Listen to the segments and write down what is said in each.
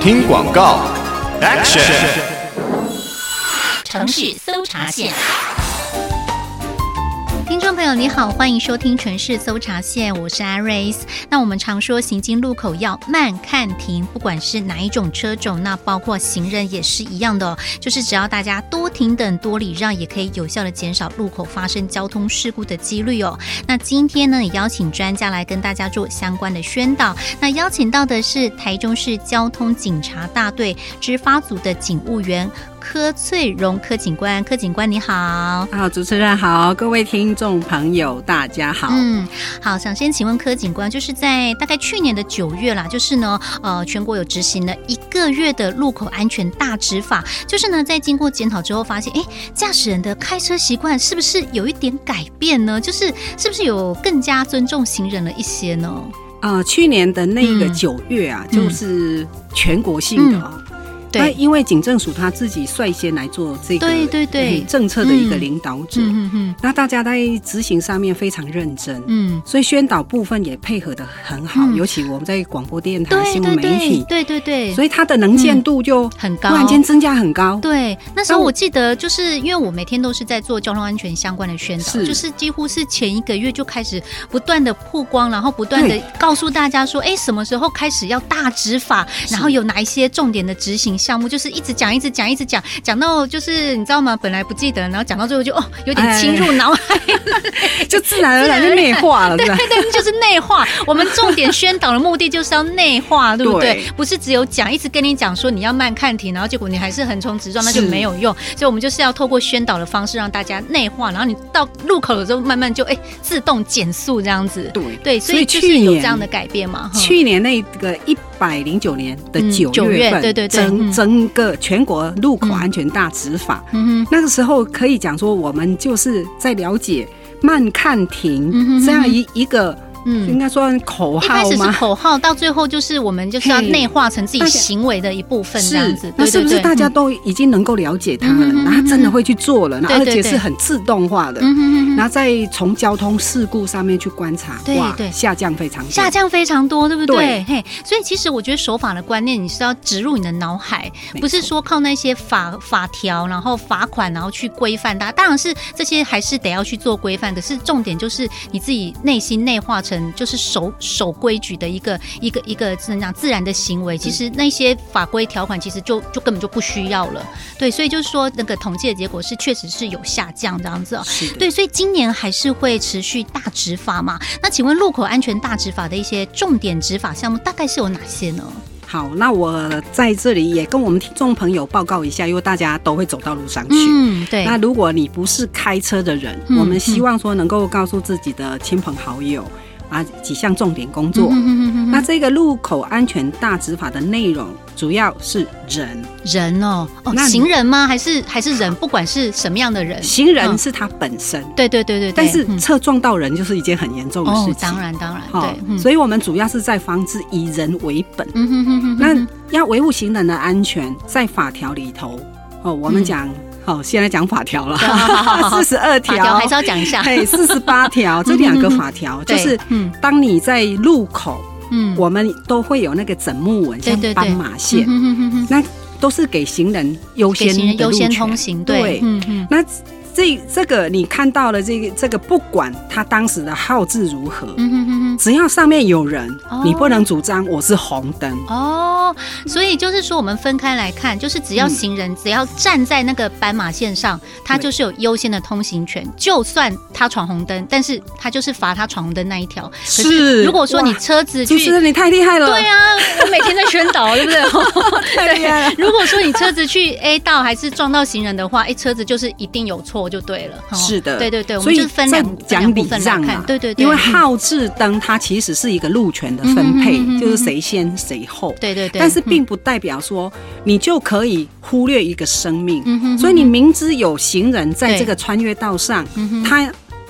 听广告，Action！城市搜查线。听众朋友，你好，欢迎收听《城市搜查线》，我是 Iris。那我们常说行经路口要慢看停，不管是哪一种车种，那包括行人也是一样的哦。就是只要大家多停等多礼让，也可以有效的减少路口发生交通事故的几率哦。那今天呢，也邀请专家来跟大家做相关的宣导。那邀请到的是台中市交通警察大队执法组的警务员柯翠荣柯警官，柯警官你好。啊，主持人好，各位听众朋友，大家好。嗯，好，想先请问柯警官，就是在大概去年的九月啦，就是呢，呃，全国有执行了一个月的路口安全大执法，就是呢，在经过检讨之后，发现，哎，驾驶人的开车习惯是不是有一点改变呢？就是是不是有更加尊重行人了一些呢？啊、去年的那个嗯九月啊，嗯就是全国性的哦。那对，因为警政署他自己率先来做这个对对对嗯政策的一个领导者，嗯嗯嗯那大家在执行上面非常认真。嗯，所以宣导部分也配合的很好，嗯尤其我们在广播电台、对哎新闻对媒对体，对对对，嗯所以它的能见度就很突高，然间增加很高。对，那时候但我我记得，就是因为我每天都是在做交通安全相关的宣导，是就是几乎是前一个月就开始不断的曝光，然后不断的对告诉大家说，哎，什么时候开始要大执法，然后有哪一些重点的执行项目，就是一直讲，一直讲，一直讲，讲到就是你知道吗？本来不记得，然后讲到最后就哦，有哎点侵入脑海，就自然而然就内化了，对吧？ 对，就是内 化。我们重点宣导的目的就是要内化，对不对？对不是只有讲，一直跟你讲说你要慢看停，然后结果你还是横冲直撞，那就是没有用。所以我们就是要透过宣导的方式让大家内化，然后你到路口的时候慢慢就哎自动减速这样子。对对，所以就去是有年这样的改变嘛。哈去年那个一百零九年的嗯九九月份，对对对嗯整整个全国路口嗯安全大执法，嗯哼，那个时候可以讲说，我们就是在了解慢看停、嗯哼这样一一个，应嗯。该算口一开号始是吗？口号，到最后就是我们就是要嘿内化成自己大家行为的一部分，这样子。那对嗯是不是对对大家都已经能够了解它嗯了？哼然后真的会去做了，然后对而对且对是很自动化的，嗯哼哼哼然后再从交通事故上面去观察，对哇对下降非常多下降非常多，对不对？对嘿，所以其实我觉得手法的观念，你是要植入你的脑海，没错不是说靠那些法法条，然后罚款，然后去规范它。当然是这些还是得要去做规范，可是重点就是你自己内心内化成就是守守规矩的一个一个一个怎么讲自然的行嗯为。其实那些法规条款其实就就根本就不需要了。对，所以就是说那个统计的结果是确实是有下降这样子哦。是的。对，所以今年还是会持续大执法嘛？那请问路口安全大执法的一些重点执法项目大概是有哪些呢？好，那我在这里也跟我们听众朋友报告一下，因为大家都会走到路上去。嗯，对，那如果你不是开车的人，嗯我们希望说能够告诉自己的亲朋好友啊几项重点工作。嗯那这个路口安全大执法的内容主要是人，人哦，哦，那你行人吗？还是还是人？不管是什么样的人，行人嗯是他本身，对对对对对，但是嗯车撞到人就是一件很严重的事哦，情。当然当然，哦对，嗯所以我们主要是在防止以人为本。嗯哼哼哼哼那哼要维护行人的安全，在法条里头哦，我们嗯讲、哦，现在讲法条了好好好好，好 四十二法条条还是要讲一下，对，四十八条 这两个法条，就对是嗯当你在路口，嗯，我们都会有那个整木纹，对像对对斑马线，嗯哼哼哼哼那都是给行人优给先行人的优路先权通行，对，嗯嗯那这这个你看到了这个这个，不管他当时的号志如何，嗯哼哼哼。只要上面有人，哦你不能主张我是红灯。哦，所以就是说，我们分开来看，就是只嗯要行人、只要站在那个斑马线上，他就是有优先的通行嗯权。就算他闯红灯，但是他就是罚他闯红灯那一条。可是如果说你哇车子主持去，人，你太厉害了！对啊，我每天在宣导， 对不对？太厉害了对，如果说你车子去 A 道还是撞到行人的话，哎，车子就是一定有错就对了。哦是的，对对对，我所们以就是分在两讲两部礼分来让看嘛，，对对对，因为嗯好志灯它其实是一个路权的分配，嗯嗯嗯嗯嗯就是谁先谁后，对对对，但是嗯并不代表说你就可以忽略一个生命，嗯哼所以你明知有行人在对这个穿越道上，嗯哼他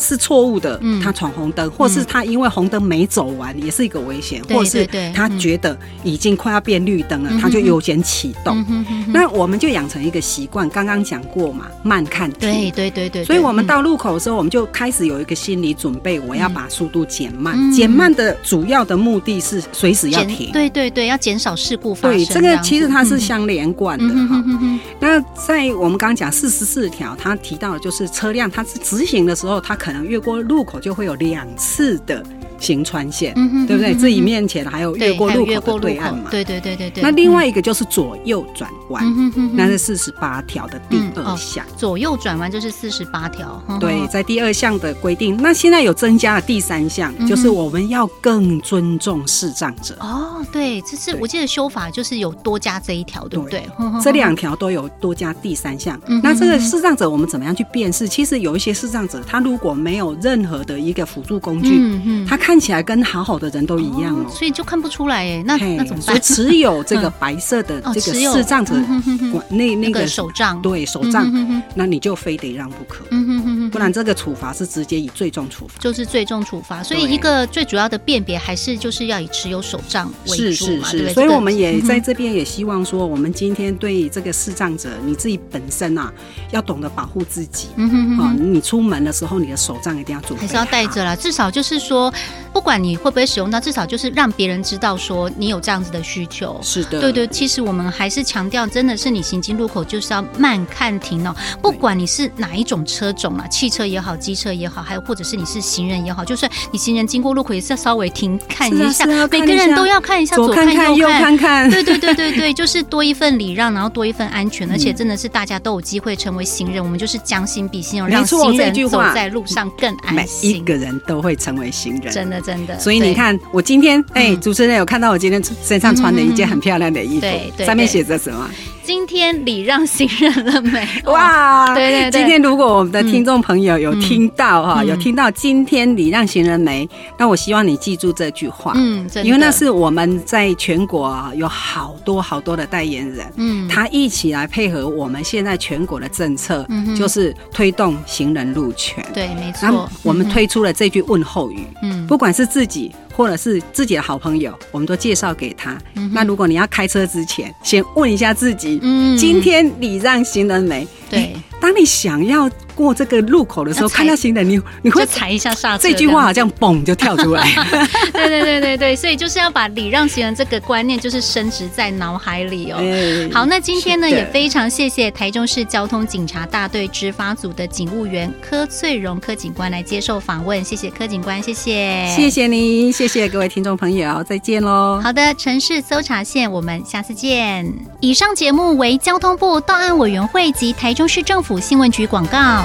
是错误的，嗯他闯红灯，或是他因为红灯没走完，也是一个危险，对或是对对嗯他觉得已经快要变绿灯了，他就优先启动。嗯哼哼哼那我们就养成一个习惯，刚刚讲过嘛，慢看停。对对对对，所以我们嗯到路口的时候，我们就开始有一个心理准备，我要把速度减慢。嗯减慢的主要的目的是随时要减停。对对对，要减少事故发生。对，这个其实它是想相连贯的嗯哈哼。哼哼那在我们刚刚讲四十四条，它提到的就是车辆它是直行的时候，它可能越过路口就会有两次的行穿线，嗯哼对不对？嗯哼自己面前的还有对，越过还有路越口过的路对口岸嘛。对对对对对。那另嗯外一个就是左右转弯，嗯哼哼哼那是四十八条的第嗯哦二项。左右转弯就是四十八条，嗯哼对，哼在第二项的规定，那现在有增加了第三项，嗯哼就是我们要更尊重视障者。哦，对，这是对我记得修法就是有多加这一条，对不对？嗯哼哼这哼两条都有多加第三项。哦嗯哼那这嗯个哼视障者我们怎么样去辨识？其实有一些视障者，他如果没有任何的一个辅助工具，嗯嗯他看起来跟好好的人都一样哦。所以就看不出来哎，那嘿那怎么所以办？持有这个白色的哦这个持有视障者嗯哼哼哼管那那那个个手杖，对手嗯杖哼，哼哼那你就非得让不可，嗯哼哼哼，不然这个处罚是直接以最重处罚。就是最重处罚。所以对一个最主要的辨别还是就是要以持有手杖为是主是嘛，对不对？是，所以这个我们也嗯哼在这边也希望说，我们今天对这个视障者，你自己本身啊，要懂得保护自己。嗯哼哼哼啊、你出门的时候，你的手杖一定要准备，还是要带着。啦，至少就是说，不管你会不会使用到，至少就是让别人知道说你有这样子的需求。是的，对对，其实我们还是强调，真的是你行经路口就是要慢看停哦，不管你是哪一种车种啦，汽车也好，机车也好，还有或者是你是行人也好，就算你行人经过路口也是要稍微停看一下，是啊是啊每看一个人下都要看一下，左看看右看看，对对对对对，就是多一份礼让，然后多一份安全，而且真的是大家都有机会成为行人，我们就是将心比心哦，没让错行这句人走话在路上更安每一心。个人都会成为行人。真的真的，所以你对，看，我今天哎、嗯主持人有看到我今天身上穿的一件很漂亮的衣服，对对上面对写着什么？ 今天礼让行人了没？哦， 哇，对对对今天如果我们的听众朋友有听到哈、嗯有听到今天礼让行人没？那我希望你记住这句话，嗯，真的，因为那是我们在全国啊有好多好多的代言人，嗯，他一起来配合我们现在全国的政策，嗯哼就是推动行人路权。对，没错然后，我们嗯推出了这句问候语，嗯不管是自己或者是自己的好朋友，我们都介绍给他。嗯哼那如果你要开车之前，先问一下自己，嗯今天礼让行人没？对，当你想要过这个路口的时候，要踩看到行人，你你就会踩一下刹车，这句话好像嘣就 跳出这来。样，对对对对对，所以就是要把礼让行人这个观念就是深植在脑海里哦。哎好，那今天呢是的也非常谢谢台中市交通警察大队执法组的警务员柯翠荣柯警官来接受访问，谢谢柯警官，谢谢，谢。谢你，谢谢各位听众朋友，再见喽。好的，城市搜查线，我们下次见。以上节目为交通部档案委员会及台中市政府新闻局广告。